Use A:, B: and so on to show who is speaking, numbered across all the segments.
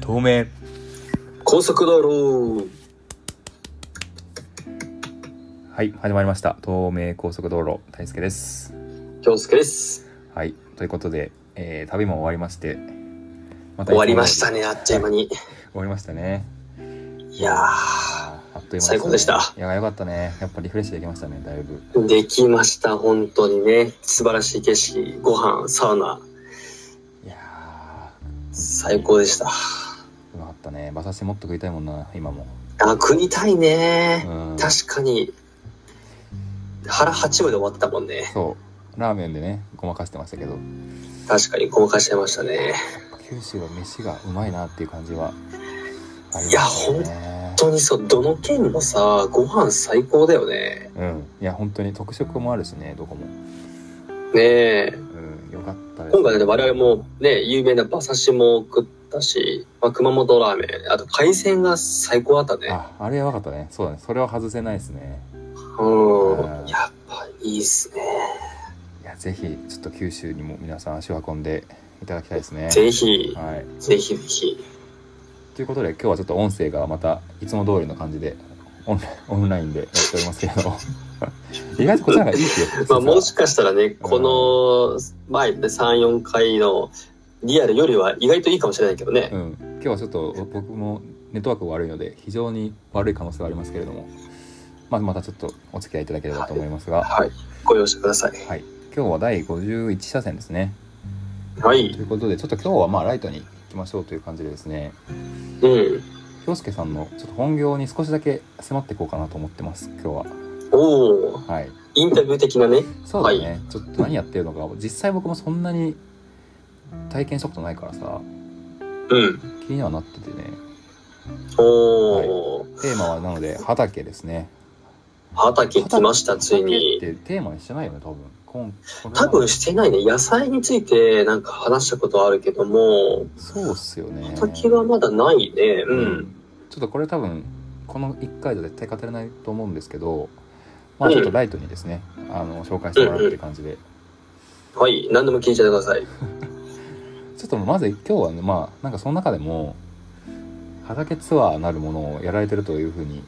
A: 透明
B: 高速道路
A: はい始まりました透明高速道路大輔です
B: 京介です
A: はいということで、えー、旅も終わりましてま
B: 終わりました
A: ね
B: ねあっちゃい間に
A: 終わりましたね
B: いや
A: あーあっという間、ね、
B: 最高でした
A: いやよかったねやっぱリフレッシュできましたねだいぶ
B: ーできました本当にね素晴らしい景色ご飯サウナ
A: いや
B: 最高でした
A: ーうまかったね馬刺しもっと食いたいもんな今も
B: あ食いたいね
A: うん
B: 確かに腹八分で終わったもんね
A: そうラーメンでねごまかしてましたけど
B: 確かにごまかしちゃいましたね
A: 九州は飯がうまいなっていう感じはありま
B: いや
A: す
B: ほん
A: ね
B: 本当にそうどの県もさご飯最高だよね
A: うんいや本当に特色もあるしねどこも
B: ねえ
A: うんよかったです
B: 今回ね我々もね有名な馬刺しも食ったし、まあ、熊本ラーメンあと海鮮が最高だったね
A: ああれやばかったねそうだねそれは外せないですね
B: う
A: うんん
B: やっぱいいっすね
A: いやぜひちょっと九州にも皆さん足を運んでいただきたいですね
B: ぜひ
A: はい
B: ぜひぜひ
A: ということで今日はちょっと音声がまたいつも通りの感じでオンラインオンラインでやっておりますけれ ども意外とこっちらがいいですよ
B: まあもしかしたらねこの前で34回のリアルよりは意外といいかもしれないけどね
A: うん、今日はちょっと僕もネットワークが悪いので非常に悪い可能性がありますけれども、まあ、またちょっとお付き合いいただければと思いますが、は
B: はいご容赦ください
A: い今日は第51車線ですね。
B: は
A: と
B: い
A: いうことでちょっと今日はまあライトに行きましょうという感じでですね
B: うん
A: 京介さんのちょっと本業に少しだけ迫っていこうかなと思ってます今日は。
B: おお
A: はい、
B: インタビュー的なね
A: そうだね、ちょっと何やってるのか実際僕もそんなに体験したことないからさ
B: うん
A: 気にはなっててね
B: おお、
A: テーマはなので畑ですね。
B: 畑来ましたついに
A: 畑ってテーマにしてないよね多分こんこれは
B: 多分してないね野菜についてなんか話したことはあるけども
A: そうっすよね
B: 畑はまだないね
A: う、
B: うんん
A: ちょっとこれ多分この1回じゃ絶対語れないと思うんですけどまあちょっとライトにですね、あの紹介してもらうっていう感じで、
B: はい何でも聞いちゃってください
A: ちょっとまず今日はねまあなんかその中でも畑ツアーなるものをやられてるというふうに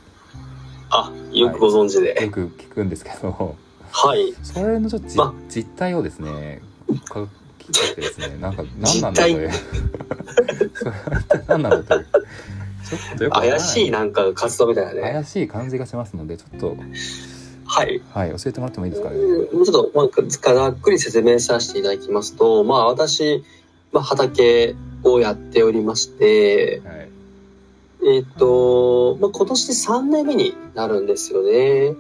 B: あよくご存知で
A: よく聞くんですけど
B: はい
A: それのちょっとじ、
B: ま
A: 実態をですねか聞いてですねなんか何なんだという それは一体何なんだというちょっとよくわから
B: 怪しいなんか活動みたいなね
A: 怪しい感じがしますのでちょっと
B: はい
A: はい教えてもらってもいいですかね
B: もうちょっと、まあ、ざっくり説明させていただきますとまあ私、まあ、畑をやっておりまして
A: はい
B: えっ、と、まあ、今年で3年目になるんですよね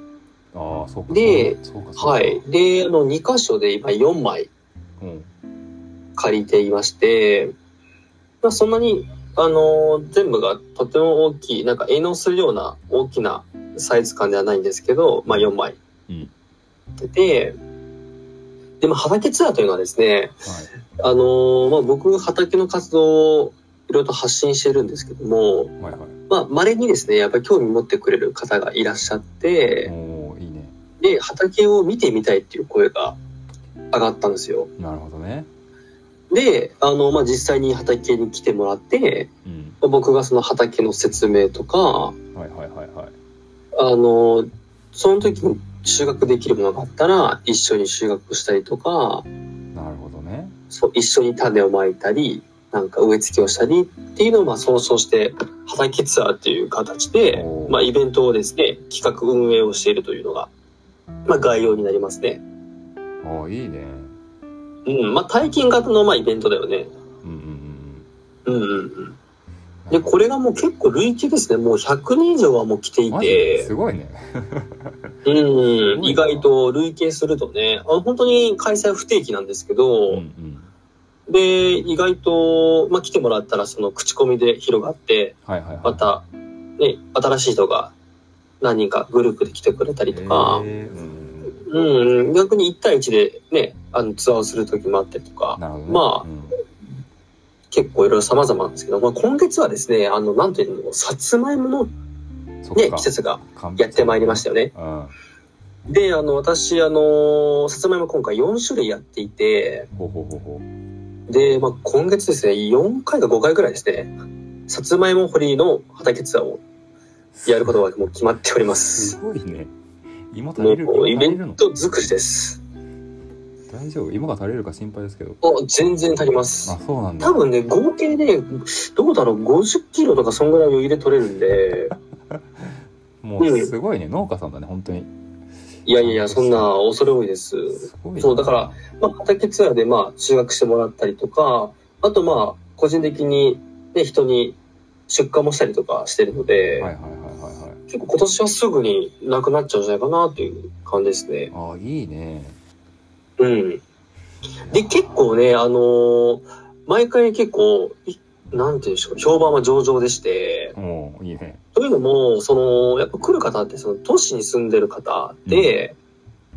A: ああそうか
B: で
A: そうかそうか
B: はいであの2箇所で今4枚
A: うん
B: 借りていまして、まあ、そんなに、あのー全部がとても大きいなんか営農するような大きなサイズ感ではないんですけど、まあ、4枚
A: うん
B: 出て、でも畑ツアーというのはですね、
A: はい
B: あのーまあ、僕畑の活動をいろいろと発信してるんですけども、
A: はいは
B: まあ、稀にですねやっぱり興味持ってくれる方がいらっしゃっ
A: い
B: て
A: おーいいね
B: で畑を見てみたいっていう声が上がったんですよ。
A: なるほどね
B: で、あの、まあ、実際に畑に来てもらって、
A: うん
B: 僕がその畑の説明とか、
A: はいはいはいはい
B: あの、その時に収穫できるものがあったら、一緒に収穫したりとか、
A: なるほどね
B: そう一緒に種をまいたり、なんか植え付けをしたりっていうのをまあ総称して、畑ツアーっていう形で
A: お、ー
B: まあ、イベントをですね、企画運営をしているというのが、まあ、概要になりますね。
A: おーいいね
B: うん、まあ、体験型のまあイベントだよね。
A: うんうん
B: うんうんうん。
A: うん
B: で、これがもう結構累計ですね。もう100人以上はもう来てい
A: マジで
B: て
A: す、ごいね
B: うん、
A: す
B: 意
A: ごいな
B: 外と累計するとね、あ本当に開催不定期なんですけ
A: うんうん
B: ど、で、意外と、まあ、来てもらったらその口コミで広がって、
A: はいはいはい
B: また、ね、新しい人が何人かグループで来てくれたりとか、
A: へーうん
B: うん、逆に1対1でね、あのツアーをする時もあったりとか、
A: なるほどね
B: まあ
A: うん
B: 結構いろいろ様々なんですけど、まあ、今月はですね、あの、なんというのも、さつまいもの
A: そっ
B: ね、
A: か
B: 季節が
A: 完
B: や
A: 璧
B: ってまいりましたよね。
A: うん
B: で、あの、私、あのさつまいも今回4種類やっていて、
A: ほうほうほうほう
B: で、まあ、今月ですね、4回か5回ぐらいですね。さつまいも掘りの畑ツアーをやることがもう決まっておりますす。
A: ごいね。芋食
B: も
A: べる
B: うイ
A: 芋
B: ベ
A: 足りる
B: ン
A: の
B: ト尽くしです。
A: 大丈夫芋が足りるか心配ですけど。
B: お、全然足ります
A: あ、。そうなんだ。
B: 多分ね、合計で、どうだろう、50キロとかそんぐらい余裕で取れるんで、
A: もうすごいね、農家さんだね、本当に。
B: いやいやいや、そんな恐れ多いです。
A: すごいね
B: そうだから、まあ、畑ツアーでまあ、収穫してもらったりとか、あとまあ、個人的にね、人に出荷もしたりとかしてるので、
A: はいはいはいはいはい。
B: 結構今年はすぐになくなっちゃうんじゃないかなという感じですね。
A: ああ、いいね。
B: うん。で、結構ね、あのー毎回結構、いなんていうんでしょう、評判は上々でして、
A: もういいね。
B: というのも、その、やっぱ来る方って、その都市に住んでる方で、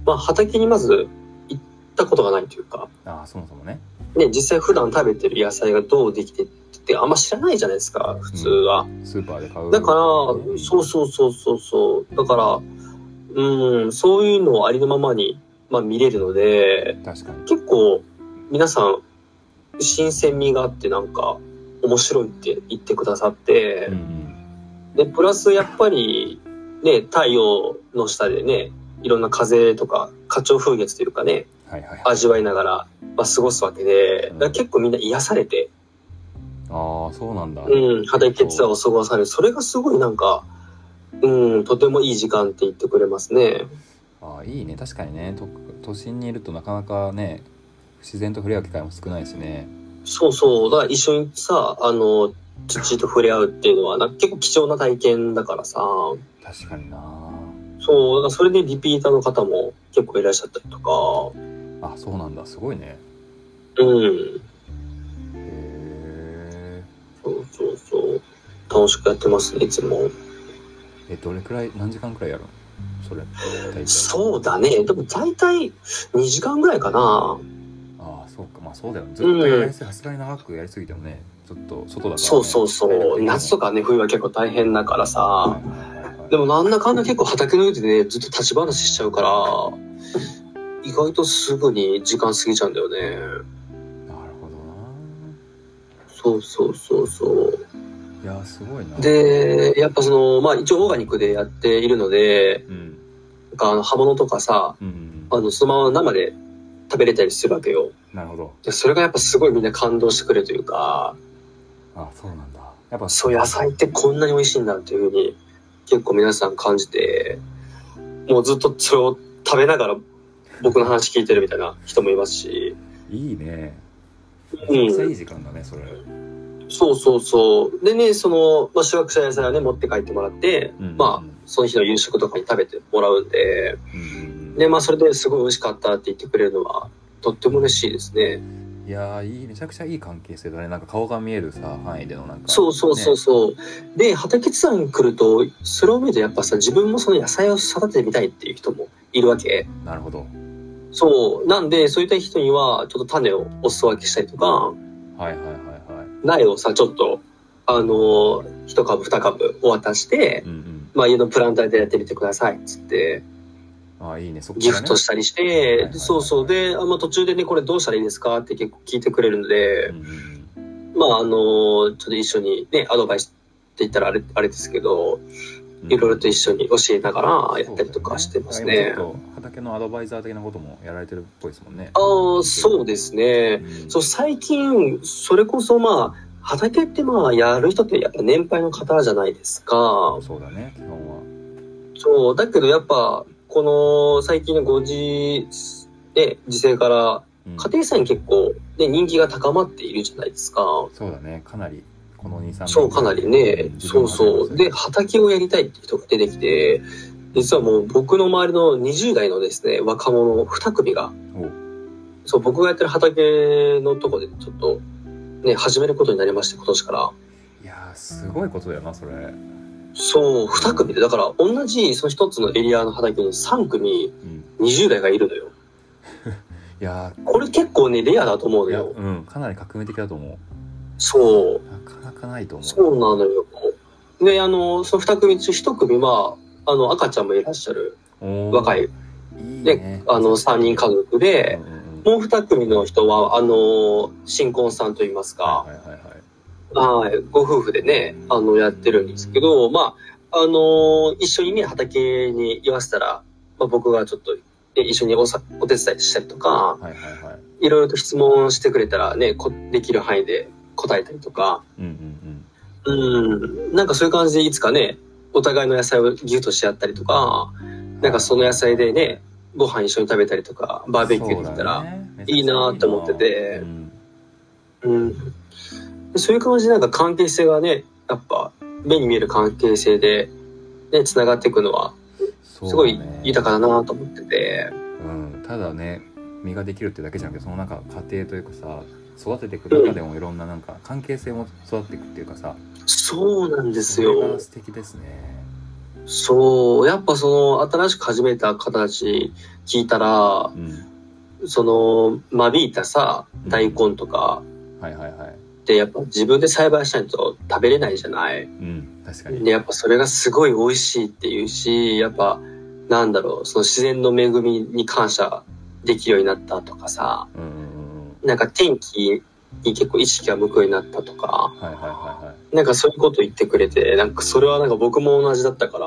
B: まあ畑にまず行ったことがないというか、
A: ああ、そもそもね。
B: ね、実際普段食べてる野菜がどうできてってあんま知らないじゃないですか、普通は。
A: スーパーで買う。
B: だから、そうそうそうそうそう。だから、うん、そういうのをありのままに、まあ見れるので、
A: 確かに。
B: 結構皆さん、新鮮味があってなんか、面白いって言ってくださって、
A: うんうん。
B: で、プラスやっぱり、ね、太陽の下でね、いろんな風とか、花鳥風月というかね、
A: はいはい。あ
B: 味わいながら、まあ、過ごすわけで、だから結構みんな癒されて、
A: あー、そうなんだ。
B: うん、畑ツアーを過ごされる。それがすごいなんか、うん、とてもいい時間って言ってくれますね。
A: ああ、いいね。確かにね。と都心にいるとなかなかね、自然と触れ合う機会も少ないしね。
B: そうそう。だから一緒にさ、あの、土と触れ合うっていうのはなんか結構貴重な体験だからさ、
A: 確かにな。
B: そう、だからそれでリピーターの方も結構いらっしゃったりとか、
A: あ、そうなんだ。すごいね。
B: うん、
A: へえ。
B: そうそうそう。楽しくやってますね、いつも。
A: え、どれくらい、何時間くらいやるのそれ、大体。
B: そうだね。でも大体2時間ぐらいかな。
A: ああそうかまあそうだよねずっとやりすぎさすがに長くやりすぎてもねちょっと外だから、ね、
B: そうそうそう。夏と
A: か
B: かね、冬は結構大変だからさ、でもなんだかんだ結構畑の上でね、ずっと立ち話しちゃうから、意外とすぐに時間過ぎちゃうんだよね。
A: なるほど
B: そうそうそうそ
A: な
B: う。
A: いやーすごいな、
B: で、やっぱその、まあ一応オーガニックでやっているので、
A: うん
B: なんかあの葉物とかさ、
A: うんうん
B: あの、そのまま生で食べれたりするわけよ。
A: なるほど
B: でそれがやっぱすごいみんな感動してくれるというか、
A: あそうなんだやっぱ
B: そう野菜ってこんなに美味しいんだっていうふうに結構皆さん感じて、もうずっとそれを食べながら僕の話聞いてるみたいな人もいますし、
A: いいね
B: うん
A: めちゃくちゃいい時間だねそれ
B: そうそうそう。でね、その、まあ、主役者野菜はね、持って帰ってもらって、
A: うん
B: まあ、その日の夕食とかに食べてもらうんで、
A: うん
B: で、まあ、それですごい美味しかったって言ってくれるのは、とっても嬉しいですね。
A: いやーいいめちゃくちゃいい関係性だねなんか顔が見えるさ範囲でのなんか
B: そうそうそう
A: ね
B: そう。で、畑津山に来ると、それを見るとやっぱさ、自分もその野菜を育ててみたいっていう人もいるわけ。
A: なるほど
B: そう。なんで、そういった人には、ちょっと種をお裾分けしたりとか、
A: はいはいはいはい
B: 苗をさ、ちょっと、あのー一株二株お渡して
A: う、んうん
B: まあ、家のプランターでやってみてください、つって。
A: あいいねそっから、ね、
B: ギフトしたりし
A: いはい
B: て
A: は、い
B: でそうそう。で、あまあ、途中でね、これどうしたらいいですかって結構聞いてくれるので
A: う、んうん
B: まあ、あのー、ちょっと一緒にね、アドバイスって言ったらあれ、あれですけど、
A: うん
B: いろいろと一緒に教えながらやったりとかしてますね。
A: そうだよね今ちょっと畑のアドバイザー的なこともやられてるっぽいですもんね。
B: ああ、そうですね。
A: うん
B: そう、最近、それこそまあ、畑ってまあ、やる人ってやっぱ年配の方じゃないですか。
A: そうだね、基本は。
B: そう、だけどやっぱ、この最近のご時、ね、時世から
A: うん
B: 家庭菜園結構、ね、人気が高まっているじゃないですか。
A: そうだね、かなり、この2、3年
B: そう、かなりね。そうそう。で、、畑をやりたいっていう人が出てきて、実はもう僕の周りの20代のですね、若者2組が、
A: お
B: そう、僕がやってる畑のとこでちょっと、ね、始めることになりまして、今年から。
A: いやー、すごいことだよな、それ。う
B: そう、2組で、だから同じその一つのエリアの畑に3組
A: ん、い
B: 20代がいるのよ。
A: や
B: これ結構ね、レアだと思う
A: ー、いや、
B: のよ。
A: うん、かなり革命的だと思
B: そう。
A: う。なかなかないと思う。
B: そうなのよ。で、あの、その二組中一組は、あの、赤ちゃんもいらっしゃる
A: おー
B: 若い、
A: いい
B: で
A: ね、、
B: あの、三人家族
A: う
B: で
A: ん、うんうん
B: もう二組の人は、あの、新婚さんといいますか、
A: はいはいはいはい。
B: はい、ご夫婦でね、あの、やってるんですけど、まあ、あのー一緒にね、畑にいましたら、まあ、僕がちょっと、ね一緒におさお手伝いしたりとか、
A: はいはいはい。
B: いろいろと質問してくれたらね、こできる範囲で答えたりとか、
A: うんうん
B: うん、なんかそういう感じでいつかね、お互いの野菜をギュッとし合ったりとか、
A: うん。
B: なんかその野菜でね、ご飯一緒に食べたりとか、バーベキューできたら、いいなと思ってて
A: うん
B: うん、そういう感じでなんか関係性がねやっぱ目に見える関係性でねつながっていくのは
A: そう
B: すごい
A: だね
B: 豊かだなと思ってて
A: うん、ただね実ができるってだけじゃなくてそのなんか家庭というかさ育てていく中でもいろんななんか関係性も育っていくっていうかさ
B: そうなんです
A: それ
B: よ
A: が素敵ですね
B: そうやっぱその新しく始めた方たち聞いたら
A: うん
B: その間引いたさ大根とか
A: はいはいはい
B: ってやっぱ自分で栽培しないと食べれないじゃない
A: うん確かに
B: でやっぱそれがすごい美味しいっていうしやっぱなんだろうその自然の恵みに感謝できるようになったとかさ
A: うんうん
B: なんか天気に結構意識が向くようになったとか
A: うん、はいはいはいはい
B: なんかそういうこと言ってくれて、なんかそれはなんか僕も同じだったか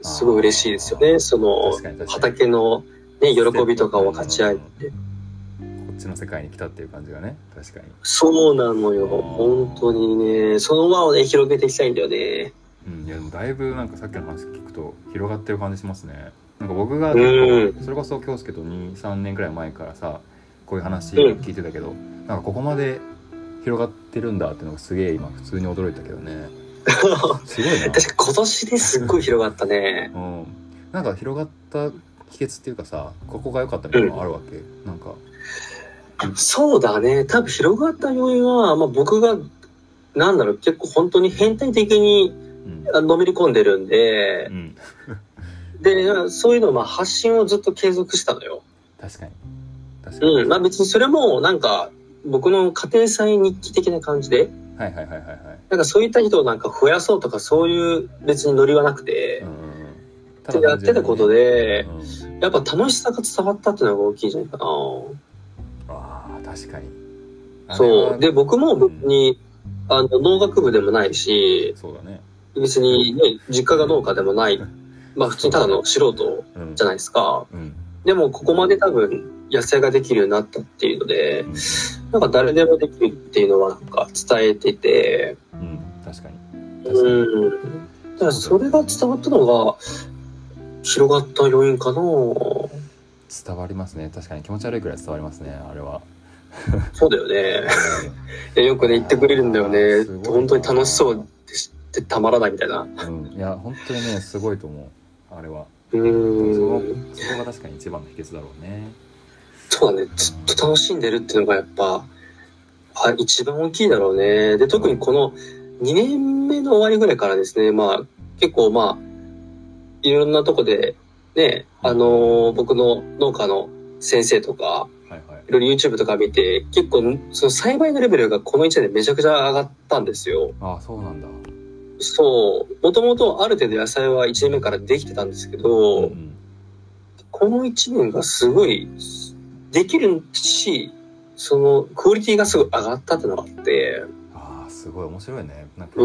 B: ら、すごい嬉しいですよね。その
A: 確かに確かに
B: 畑のね、喜びとかを分かち合えて。
A: こっちの世界に来たっていう感じがね確かに
B: そうなのよ。本当にね、その輪をね、広げていきたいんだよね。
A: うん、いやでもだいぶなんかさっきの話聞くと広がってる感じしますねなんか僕が
B: う
A: 結
B: ん
A: 構それこそ京介と23年ぐらい前からさこういう話聞いてたけど、なんかここまで広がってるんだってのがすげえ今普通に驚いたけど ねすごいな
B: 確か今年ですっごい広がったね。
A: うん、なんか広がった秘訣っていうかさここが良かったみたいなのあるわけ、なんか
B: そうだね。多分広がった要因は、まあ僕が、なんだろう、結構本当に変態的に
A: うん
B: あのめり込んでるんで、
A: うん
B: で、そういうのをまあ発信をずっと継続したのよ。
A: 確かに確かに、
B: うん。まあ別にそれもなんか僕の家庭菜日記的な感じで、
A: はいはいはいはいはい
B: なんかそういった人をなんか増やそうとかそういう別にノリはなく
A: う、
B: て
A: んうんうん
B: でやってたこと、
A: ただ
B: で、
A: 単純にねうん
B: やっぱ楽しさが伝わったっていうのが大きいんじゃないかな。
A: あー確かにあれは
B: そう。で、僕も別に、あの、農学部でもないし、
A: そうだね
B: 別にね、実家が農家でもない、まあ普通にただの素人
A: うん
B: じゃないですか。
A: うん
B: でもここまで多分野生ができるようになったっていうので、なんか誰でもできるっていうのはなんか伝えてて、
A: うん、うん、確かに確かに
B: うん。だからそれが伝わったのが、広がった要因かな
A: 伝わりますね確かに気持ち悪いくらい伝わりますねあれは
B: そうだよね。いやよくね、言ってくれるんだよ
A: あー
B: ね
A: すごい。な
B: 本当に楽しそうでしてたまらないみたいな。
A: うんいや本当にねすごいと思うあれは
B: う
A: そこ
B: ん。
A: そこが確かに一番の秘訣だろうね
B: そうだね。ずっと楽しんでるっていうのがやっぱ、あ一番大きいだろうね。で、特にこの2年目の終わりぐらいからですね、まあ、結構まあ、いろんなとこで、ね、あのー僕の農家の先生とか、
A: はいはい
B: いろいろ YouTube とか見て、結構、その栽培のレベルがこの1年でめちゃくちゃ上がったんですよ。
A: ああそうなんだ
B: そう。もともとある程度野菜は1年目からできてたんですけ
A: う
B: ど、
A: ん
B: この1年がすごい、できるし、その、クオリティがすごい上がったってのがあって、
A: ああすごい面白いねなんか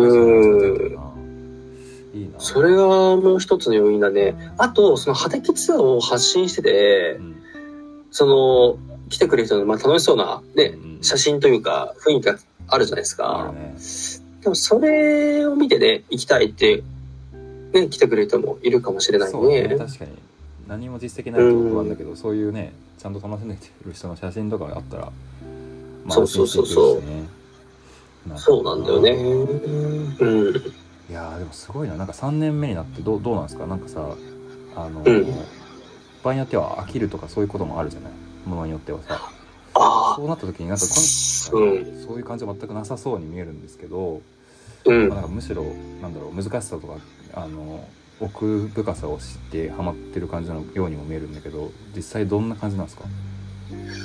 A: いいな
B: それがもう一つの要因だね。あと、その畑ツアーを発信してて
A: う、ん
B: その、来てくれる人の、まあ、楽しそうな、ね、写真というか、雰囲気があるじゃないです
A: あ
B: か
A: る。ね
B: でもそれを見てね、行きたいって、ね、来てくれる人もいるかもしれない
A: そうだね
B: ね。
A: 確かに何も実績ないと不安だけどそういうねちゃんと楽しんでる人の写真とかがあったらまあ
B: そうそうそうそう
A: 安心してくれるしね
B: そうなんだよね。
A: るほど
B: うん。
A: いやーでもすごいななんか3年目になってどうどうなんですかなんかさあの、
B: うん
A: 場合によっては飽きるとかそういうこともあるじゃないものによってはさ
B: あ
A: そうなった時になんか
B: あ。
A: 今
B: う
A: 回、
B: ん。
A: そういう感じは全くなさそうに見えるんですけど、
B: う
A: まあ
B: ん。
A: なんかむしろなんだろう難しさとかあの奥深さを知ってハマってる感じのようにも見えるんだけど実際どんな感じなんですか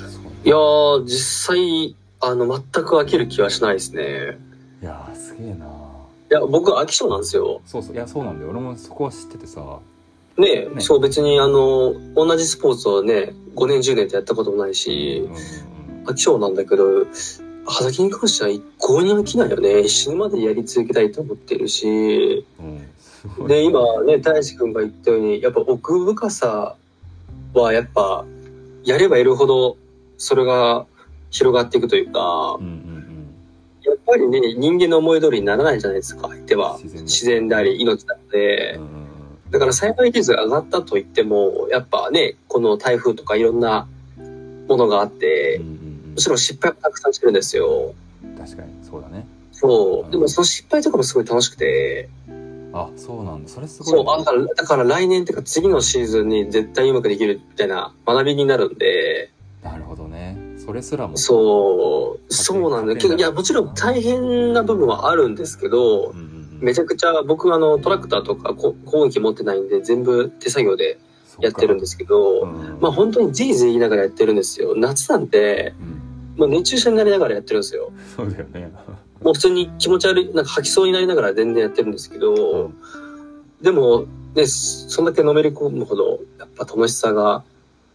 A: そう
B: いやー、実際、あの、全く飽きる気はしないですね。
A: いやーすげえない
B: や、僕飽き性なんですよ。
A: そうそういやそうなんだよ俺もそこは知っててさ
B: ね
A: ね
B: そう別にあの、同じスポーツをね、5年10年ってやったこともないし
A: う、んうんうん
B: 飽き性なんだけど、肌着に関しては一向に飽きないよね。死ぬまでやり続けたいと思ってるし、
A: うん、すごい
B: で、今ね、大志くんが言ったように、やっぱ奥深さはやっぱ、やればやるほど、それが広がっていくというか
A: うん、うん
B: やっぱりね、人間の思い通りにならないじゃないですか、相手
A: うん
B: は。
A: 自然だ
B: 自然であり、命なので。
A: うんうん
B: だから栽培技術が上がったといっても、やっぱね、この台風とかいろんなものがあっ
A: う
B: て
A: ん、うん
B: むしろ失敗もたくさんしてるんですよ。
A: うん確かにそうだね
B: そう。でもその失敗とかもすごい楽しくて、
A: あそうなんだそれすごい
B: そ
A: ね
B: う、あだから、だから来年っていうか次のシーズンに絶対うまくできるみたいな学びになるんで、
A: なるほどねそれすらも
B: そう、そうなんだけど、いや、もちろん大変な部分はあるんですけ
A: う、ん
B: ど
A: うんうん
B: めちゃくちゃ僕あのトラクターとかこ耕運機持ってないんで全部手作業でやってるんですけ
A: そう
B: ど、
A: かうんうん
B: まあ本当にじいじい言いながらやってるんですよ。夏なんて、
A: うん
B: まあ、熱中症になりながらやってるんですよ。
A: そうだよね
B: もう普通に気持ち悪い、なんか吐きそうになりながら全然やってるんですけど、
A: うん
B: でも、ね、そんだけのめり込むほど、やっぱ楽しさが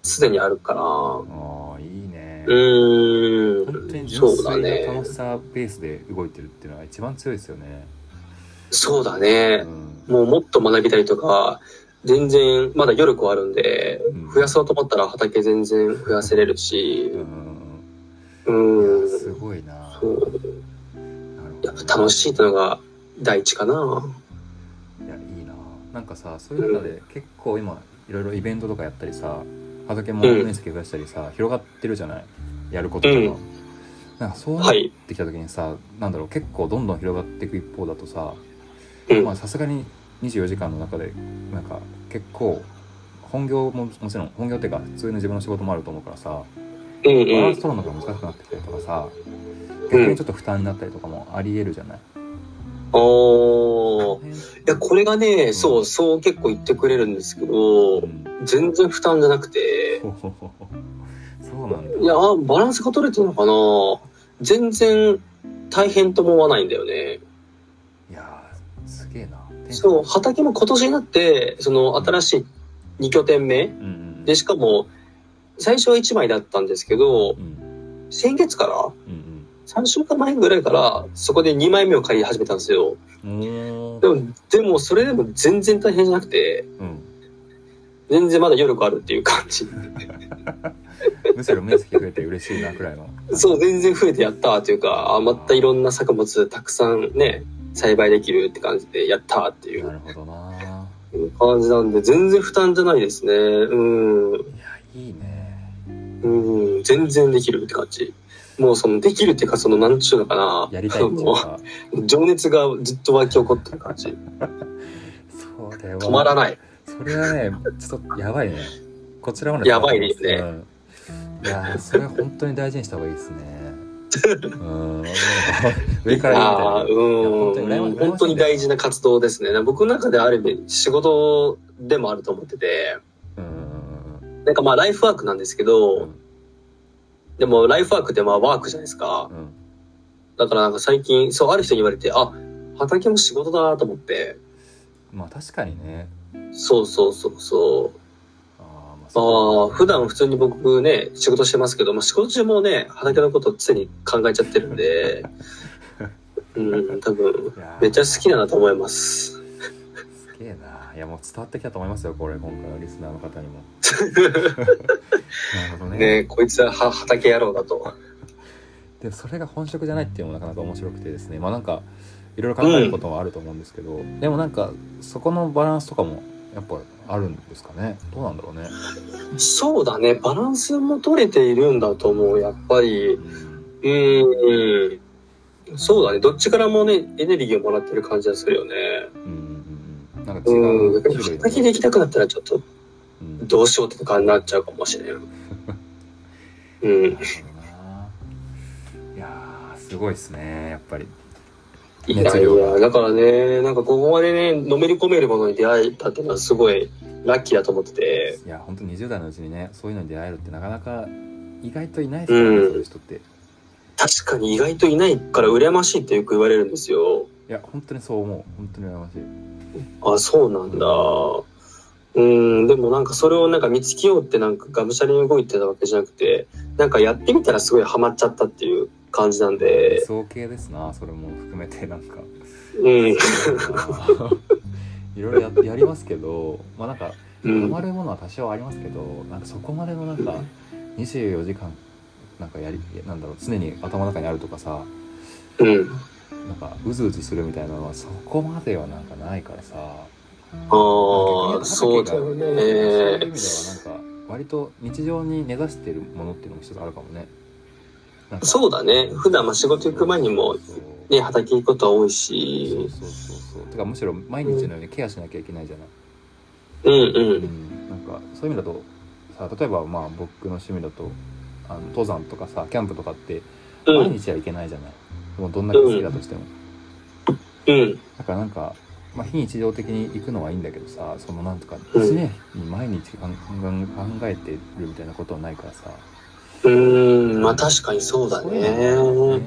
B: すでにあるから、う
A: ああいいね
B: ー
A: 本当に
B: ん、
A: 純
B: そうだ
A: 粋な
B: ね
A: 楽。しさベースで動いてるっていうのは一番強いですよね
B: そうだ
A: う
B: ね。
A: ん
B: もうもっと学びたりとか、全然、まだ夜子あるんで、
A: うん
B: 増やそうと思ったら畑全然増やせれるし
A: うんう、ん
B: う
A: うんいや
B: ー
A: す
B: ん、
A: ごいな
B: そう
A: なるほど
B: やっ
A: ね
B: ぱ楽しいってのが第一かな。
A: いやいいななんかさそういう中で結構今いろいろイベントとかやったりさ畑も
B: うん
A: 面積増やしたりさ、広がってるじゃないやることとか、
B: うん
A: なんかそうなっ
B: はい。
A: てきた時にさ、なんだろう結構どんどん広がっていく一方だとさ
B: うん
A: まあさすがに24時間の中でなんか結構本業ももちろん本業っていうか普通の自分の仕事もあると思うからさ
B: うん
A: バラ
B: う
A: ンス
B: ん。
A: 取るのが難しくなってきたりとかさ逆にちょっと負担になったりとかもありえるじゃない、
B: おー
A: うん、
B: いや、これがね、そう、そう結構言ってくれるんですけど、全然負担じゃなくて、
A: ほほほほそうなんだ
B: いや、あバランスが取れてるのかな全然大変とも思わないんだよね。
A: いやーすげえな。
B: そう、畑も今年になって、その新しい2拠点目
A: うんうん。
B: で、しかも、最初は1枚だったんですけど
A: う、ん
B: 先月から
A: うん
B: 3週間前ぐらいから、そこで2枚目を借り始めたんですよ。
A: うん。お
B: で
A: ー
B: も、でもそれでも全然大変じゃなくて、
A: うん。
B: 全然まだ余力あるっていう感じ。
A: むしろ面積増えて嬉しいなくらいの。
B: そう、全然増えてやったというか、あまたいろんな作物たくさんね、栽培できるって感じで、やったってい
A: な
B: う
A: るほどな。
B: 感じなんで、全然負担じゃないですね。うん。う
A: いやいいね。
B: ん。全然できるって感じ。もうその、できるっていうか、その、なんちゅうのかな。
A: やりたいっていう
B: も
A: か。
B: う情熱がずっと湧き起こってる感じ。
A: それは。
B: 止まらない。
A: それはね、ちょっとやばいね。こちらもね。
B: やばいですね
A: うん。いやーそれ本当に大事にした方がいい ですね。うん。上から言うみたい
B: あ
A: な
B: あー、。
A: いや本当に羨ましい
B: うん
A: んだよ
B: 本当に大事な活動ですね。僕の中である意味、仕事でもあると思ってて、
A: うんうん
B: なんかまあ、ライフワークなんですけ
A: うんう
B: ど、
A: ん
B: でも、ライフワークってまあ、ワークじゃないですか。
A: うん。うん。
B: だからなんか最近、そう、ある人に言われて、あ、畑も仕事だなと思って、
A: まあ確かにね。
B: そうそうそうそう。
A: あーまあ
B: あ
A: そう
B: あ、普段普通に僕ね、仕事してますけど、まあ、仕事中もね、畑のこと常に考えちゃってるんで、うん、多分、
A: いやー
B: めっちゃ好きだなと思います。
A: すげえな。いやもう伝わってきたと思いますよ、これ、今回はリスナーの方に も。なるほどね。
B: ねこいつはは畑野郎だと。
A: でそれが本職じゃないっていうのもなかなか面白くてですね、まあなんか、いろいろ考えることもあると思うんですけど、でもなんか、そこのバランスとかも、やっぱあるんですかね。どうなんだろうね。
B: そうだね、バランスも取れているんだと思う、やっぱり。
A: うん
B: うん、そうだね、どっちからもね、エネルギーをもらってる感じがするよね。
A: うんうんうん。なんか違
B: う、
A: うん
B: 逆
A: 種
B: に
A: 類
B: 畑で行きたくなったらちょっと
A: うん
B: どうしようって感じになっちゃうかも しれん。う
A: なる
B: ん、
A: ほどないやー、すごいですね、やっぱり。
B: いや
A: 熱
B: い
A: 量
B: や、
A: が
B: だからね、なんかここまでね、のめり込めるものに出会えたっていうのはすごいラッキーだと思ってて、
A: いや本当20代のうちにねそういうのに出会えるってなかなか意外といないですからね、
B: うん
A: そういう人ってい
B: 確かに意外といないから羨ましいってよく言われるんですよ。
A: や本当にそう思う本当に羨ましい
B: あ、そうなんだ。うん、でもなんかそれをなんか見つけようってなんかがむしゃらに動いてたわけじゃなくて、なんかやってみたらすごいハマっちゃったっていう感じなんで、
A: 造形ですなそれも含めてなんか
B: うん、
A: いろいろややりますけどまあなんか
B: う
A: ハ
B: ん
A: マ、るものは多少ありますけどなんかそこまでのなんか24時間なんかやりなんだろう常に頭の中にあるとかさ
B: うん。
A: なんかうずうずするみたいなのはそこまではなんかないからさ
B: ああ、そうだよ
A: そういう意味ではな
B: ね。
A: んか割と日常に根ざしてるものっていうのも一つあるかもねなんか
B: そうだね普段まあ仕事行く前にもね、畑行くことは多
A: そ
B: い
A: う
B: し、
A: そうそうそうてかむしろ毎日のようにケアしなきゃいけないじゃない、
B: うんう、
A: うんん、なんかそういう意味だとさ例えばまあ僕の趣味だとあの登山とかさキャンプとかって
B: う
A: 毎
B: ん、
A: 日はいけないじゃない、もうどんだけ好きだとしても、
B: うん、
A: だからなんか、まあ、非日常的に行くのはいいんだけどさそのなんとか
B: うん
A: 常に毎日考え考えてるみたいなことはないからさ
B: うん、まあ確かにそうだ
A: いのは
B: ね。
A: ねうん
B: うん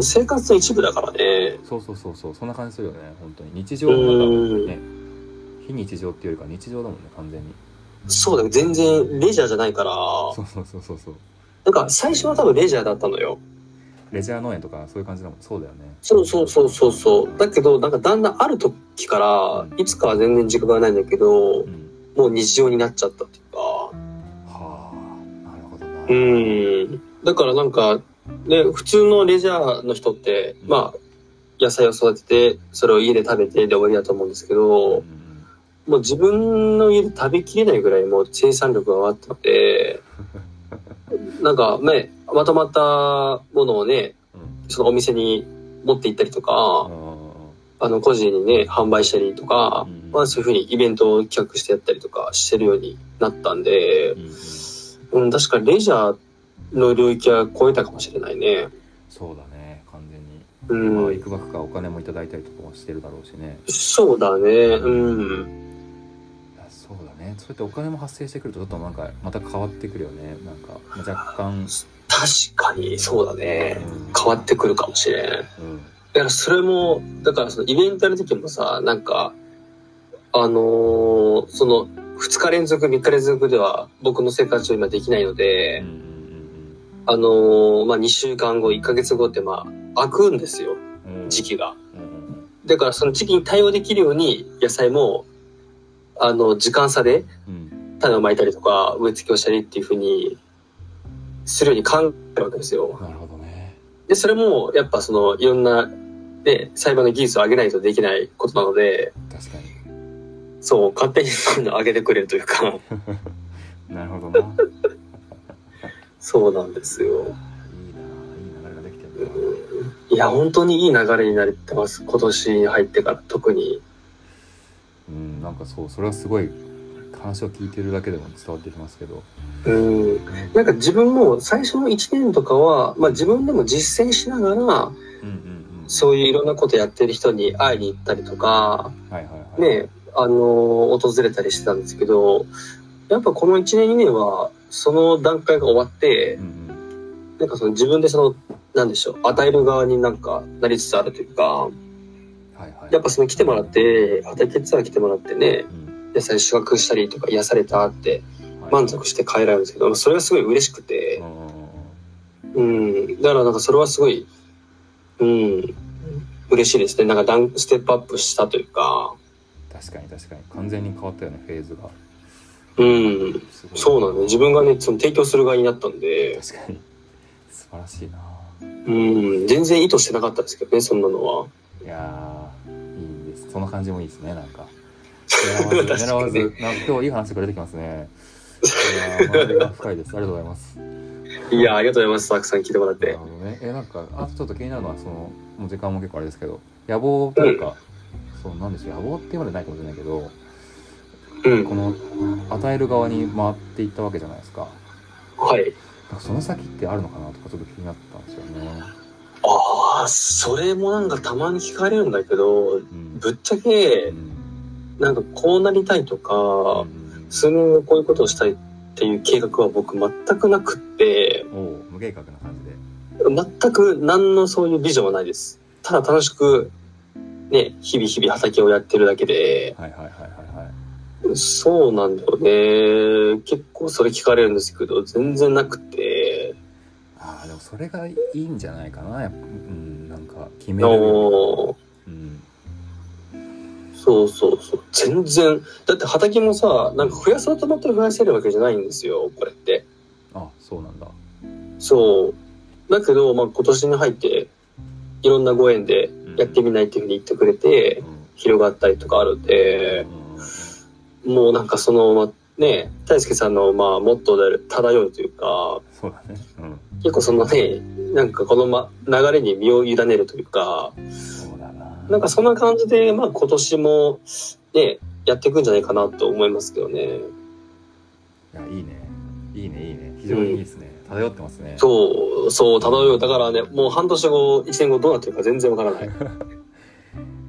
B: 生活の一部だからね。
A: そうそうそうそうそんな感じするよね本当に日常
B: う
A: の中
B: ん、
A: ね非日常っていうよりか日常だもんね完全に
B: そうだよ全然レジャーじゃないから、
A: そうそうそうそうそう
B: なんか最初は多分レジャーだったのよ。
A: レジャー農園とかそういう感じだもんそうだよね
B: そうそうそうそうそう。だけど、なんかだんだんある時から、いつかは全然自覚がないんだけど
A: う、ん
B: もう日常になっちゃったっていうか、
A: はあなるほどな
B: うん。だからなんか、ね、普通のレジャーの人って、まあ、野菜を育てて、それを家で食べてで終わりだと思うんですけど、
A: ん
B: もう自分の家で食べきれないぐらいもう生産力が上がってて、なんかね、まとまったものをね、
A: うん
B: そのお店に持って行ったりとか、あの、個人にね、販売したりとか、
A: うん
B: まあそういうふうにイベントを企画してやったりとかしてるようになったんで
A: う、んうん
B: うん、確かにレジャーの領域は超えたかもしれないね。
A: そうだね完全に、
B: う
A: まあ、
B: ん
A: い。くばくかお金もいただいたりとかもしてるだろうしね
B: そうだね。うん。
A: いやそうだねそうやってお金も発生してくるとちょっとなんかまた変わってくるよねなんかまあ若干、
B: 確かに、そうだね。
A: うん
B: 変わってくるかもしれん。だ
A: うん
B: からそれも、だからそのイベントやる時もさ、なんか、あのーその、2日連続、3日連続では僕の生活上今できないの
A: うんう
B: で、
A: ん
B: あのーまあ、2週間後、1ヶ月後ってまあ、開くんですよ、
A: うんうん
B: 時期が。
A: うんうん
B: だからその時期に対応できるように野菜も、あの、時間差で
A: うん
B: 種をまいたりとか、植え付けをしたりっていうふうに、するように考えるわけですよ。
A: なるほどね
B: で、それも、やっぱその、いろんな、ね、栽培の技術を上げないとできないことなので、
A: 確か
B: そう、勝手にそういうのを上げてくれるというか、
A: になるほどな
B: そうなんですよ。
A: いいないい流れができて
B: う
A: るなん
B: いや、本当にいい流れになってます。今年に入ってから特に。
A: うんなんかそうそれはすごい話を聞いてるだけでも伝わってきますけど
B: うん。なんか自分も最初の1年とかは、まあ自分でも実践しながら、
A: うんうんうん
B: そういういろんなことやってる人に会いに行ったりとか、
A: はいはいはい
B: ね、あの訪れたりしてたんですけど、やっぱこの1年2年は、その段階が終わって
A: う、ん
B: なんかその自分でその、なんでしょう、与える側になんかなりつつあるというか、
A: うんはいはい
B: やっぱその来てもらって、畑ツアー来てもらってね、
A: うん
B: 野菜収穫したりとか癒されたって
A: はい
B: 満足して帰られるんですけど、それがすごい嬉しくて
A: う、んうんうんうん
B: うん、だからなんかそれはすごい、うん、嬉しいですね。なんかダンステップアップしたというか、
A: 確かに確かに完全に変わったよねフェーズが
B: うん、
A: すごい
B: そうなの、ね、自分がね、その提供する側になったんで、
A: 確かに素晴らしいな
B: うん、全然意図してなかったですけどね、そんなのは。
A: いやーいいですその感じもいいですねなん か
B: 確かに
A: 狙わず狙わずなんか今日いい話してくれてきますねいやー学びが深いですありがとうございます
B: いや、ありがとうございます、たくさん聞いてもらっ
A: なる
B: て。
A: ほどねえなんかあとちょっと気になるのはそのもう時間も結構あれですけど野望というか、そうなんでしょう野望ってまでないかもしれないけど
B: うん
A: こ、の与える側に回っていったわけじゃないですか
B: はい。
A: なんかその先ってあるのかなとかちょっと気になったんですよね、
B: ああ、それもなんかたまに聞かれるんだけど、
A: うん
B: ぶっちゃけ
A: う、ん
B: なんかこうなりたいと
A: う
B: か、
A: ん
B: 数年後こういうことをしたいっていう計画は僕全くなくって、
A: おう無計画な感じで
B: 全く何のそういうビジョンはないです。ただ楽しく、ね、日々日々畑をやってるだけで、
A: はいはいはいはいはい
B: そうなんだよね。結構それ聞かれるんですけど、全然なくて。
A: ああでもそそれがいいんじゃないかなやっぱうんなんか決
B: あ
A: めるより
B: ー
A: うん
B: そうそうそう全然だって畑もさなんか増やそうと思って増やせるわけじゃないんですよこれって
A: あそうなんだ
B: そうだけど、まあ、今年に入っていろんなご縁でやってみないっていうふうに言ってくれて、
A: うん
B: 広がったりとかあるんで
A: うん
B: もうなんかそのまあね大輔さんのまあモットーである漂うというか
A: そうだねうん
B: 結構そのねなんかこの、ま、流れに身を委ねるというか
A: そうだな
B: なんかそんな感じで、まあ、今年もねやっていくんじゃないかなと思いますけどね
A: いやいいねいいねいいね非常にいいですね、漂ってますね
B: そうそう漂うだからねもう半年後1年後どうなってるか全然わからない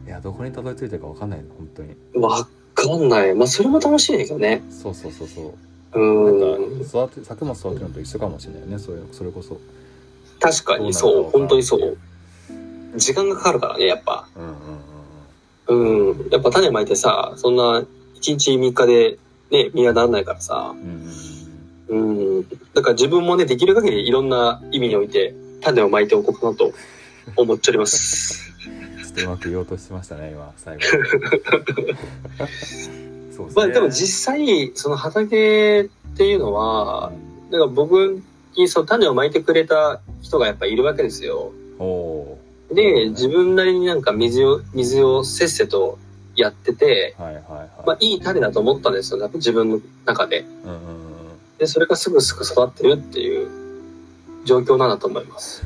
A: いやどこにたどり着いてるかわかんないの本当に
B: わかんないまあそれも楽しいねけどね
A: そうそうそうそう
B: う
A: なん
B: ん
A: か育て作物育てるのと一緒かもしれないよねそういうそれこそ
B: 確かにそう
A: どう
B: 本
A: なるか
B: 当
A: わ
B: に
A: か
B: そ
A: んないう
B: 時間がかかるからねやっぱ
A: うんうんうんうん
B: うんやっぱ種まいてさそんな1日3日でね実はならないからさ
A: うんうんうん
B: うんだから自分もねできる限りいろんな意味において種をまいておこうかなと思っております
A: ちょっとうまく言おうとしてましたね今最後そうですね
B: まあでも実際その畑っていうのはだから僕にその種をまいてくれた人がやっぱいるわけですよ。
A: おお
B: で、自分なりになんか水を、水をせっせとやってて、
A: はいはいはい、
B: まあいい種だと思ったんですよ、自分の中で。
A: うんうんうん
B: で、それがすぐすぐ育ってるっていう状況なんだと思います。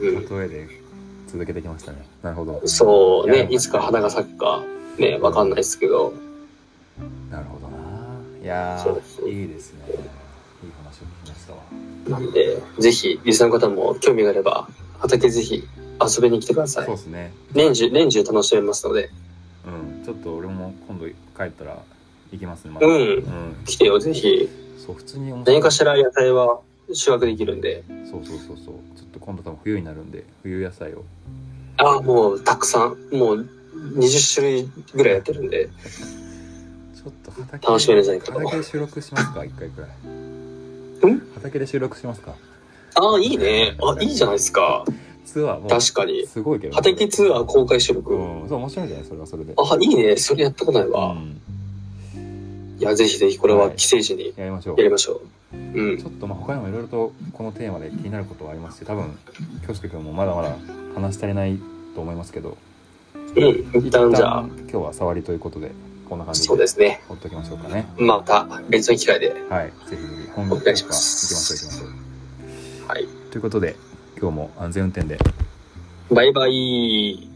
B: うん、
A: 例えで続けてきましたねなるほど
B: そう
A: いや
B: ね、いつか花が咲くか、ね、わかんないですけど。
A: なるほどないやー
B: そうそう
A: いいですねいい話を聞きましたわ
B: なんで、ぜひ、リスナーの方も興味があれば、畑ぜひ遊びに来てくださ
A: そう
B: い。
A: ですね
B: 年中、年中楽しめますので。
A: うんちょっと俺も今度帰ったら行きますねまた
B: う、
A: うんん
B: 来てよ、ぜひ。
A: そう普通に面白い
B: 何かしら野菜は収穫できるんで。
A: そうそうそうそうちょっと今度多分冬になるんで冬野菜を
B: ああ、もうたくさん、もう20種類ぐらいやってるんで。
A: ちょっと畑
B: 楽しみなんじゃないかと
A: 畑で収録しますか一回くらい
B: ん
A: 畑で収録しますか
B: ああ、いいね。あ、いいじゃないですか。
A: ツアーも
B: 確かに。
A: すごいけどね
B: 畑ツアー公開収
A: う
B: 録。
A: んそう面白いじゃないそれはそれで
B: あ、いいね。それやったことないわ
A: う。ん
B: いや、ぜひぜひこれ
A: は
B: はい寄生児に
A: やりましょう
B: やりましょう。うん。
A: ちょっとまあ他にもいろいろとこのテーマで気になることはありますし多分京介君もまだまだ話し足りないと思いますけど
B: うん。一旦じゃあ、
A: 今日は触りということでこんな感じ
B: そう
A: で
B: ですね。
A: ほっときましょうかね
B: また別の機会で。
A: はいぜひぜひ本
B: お願い
A: 行き
B: しま
A: ましょ
B: す
A: う行きましょう
B: はい。
A: ということで今日も安全運転で
B: バイバイ。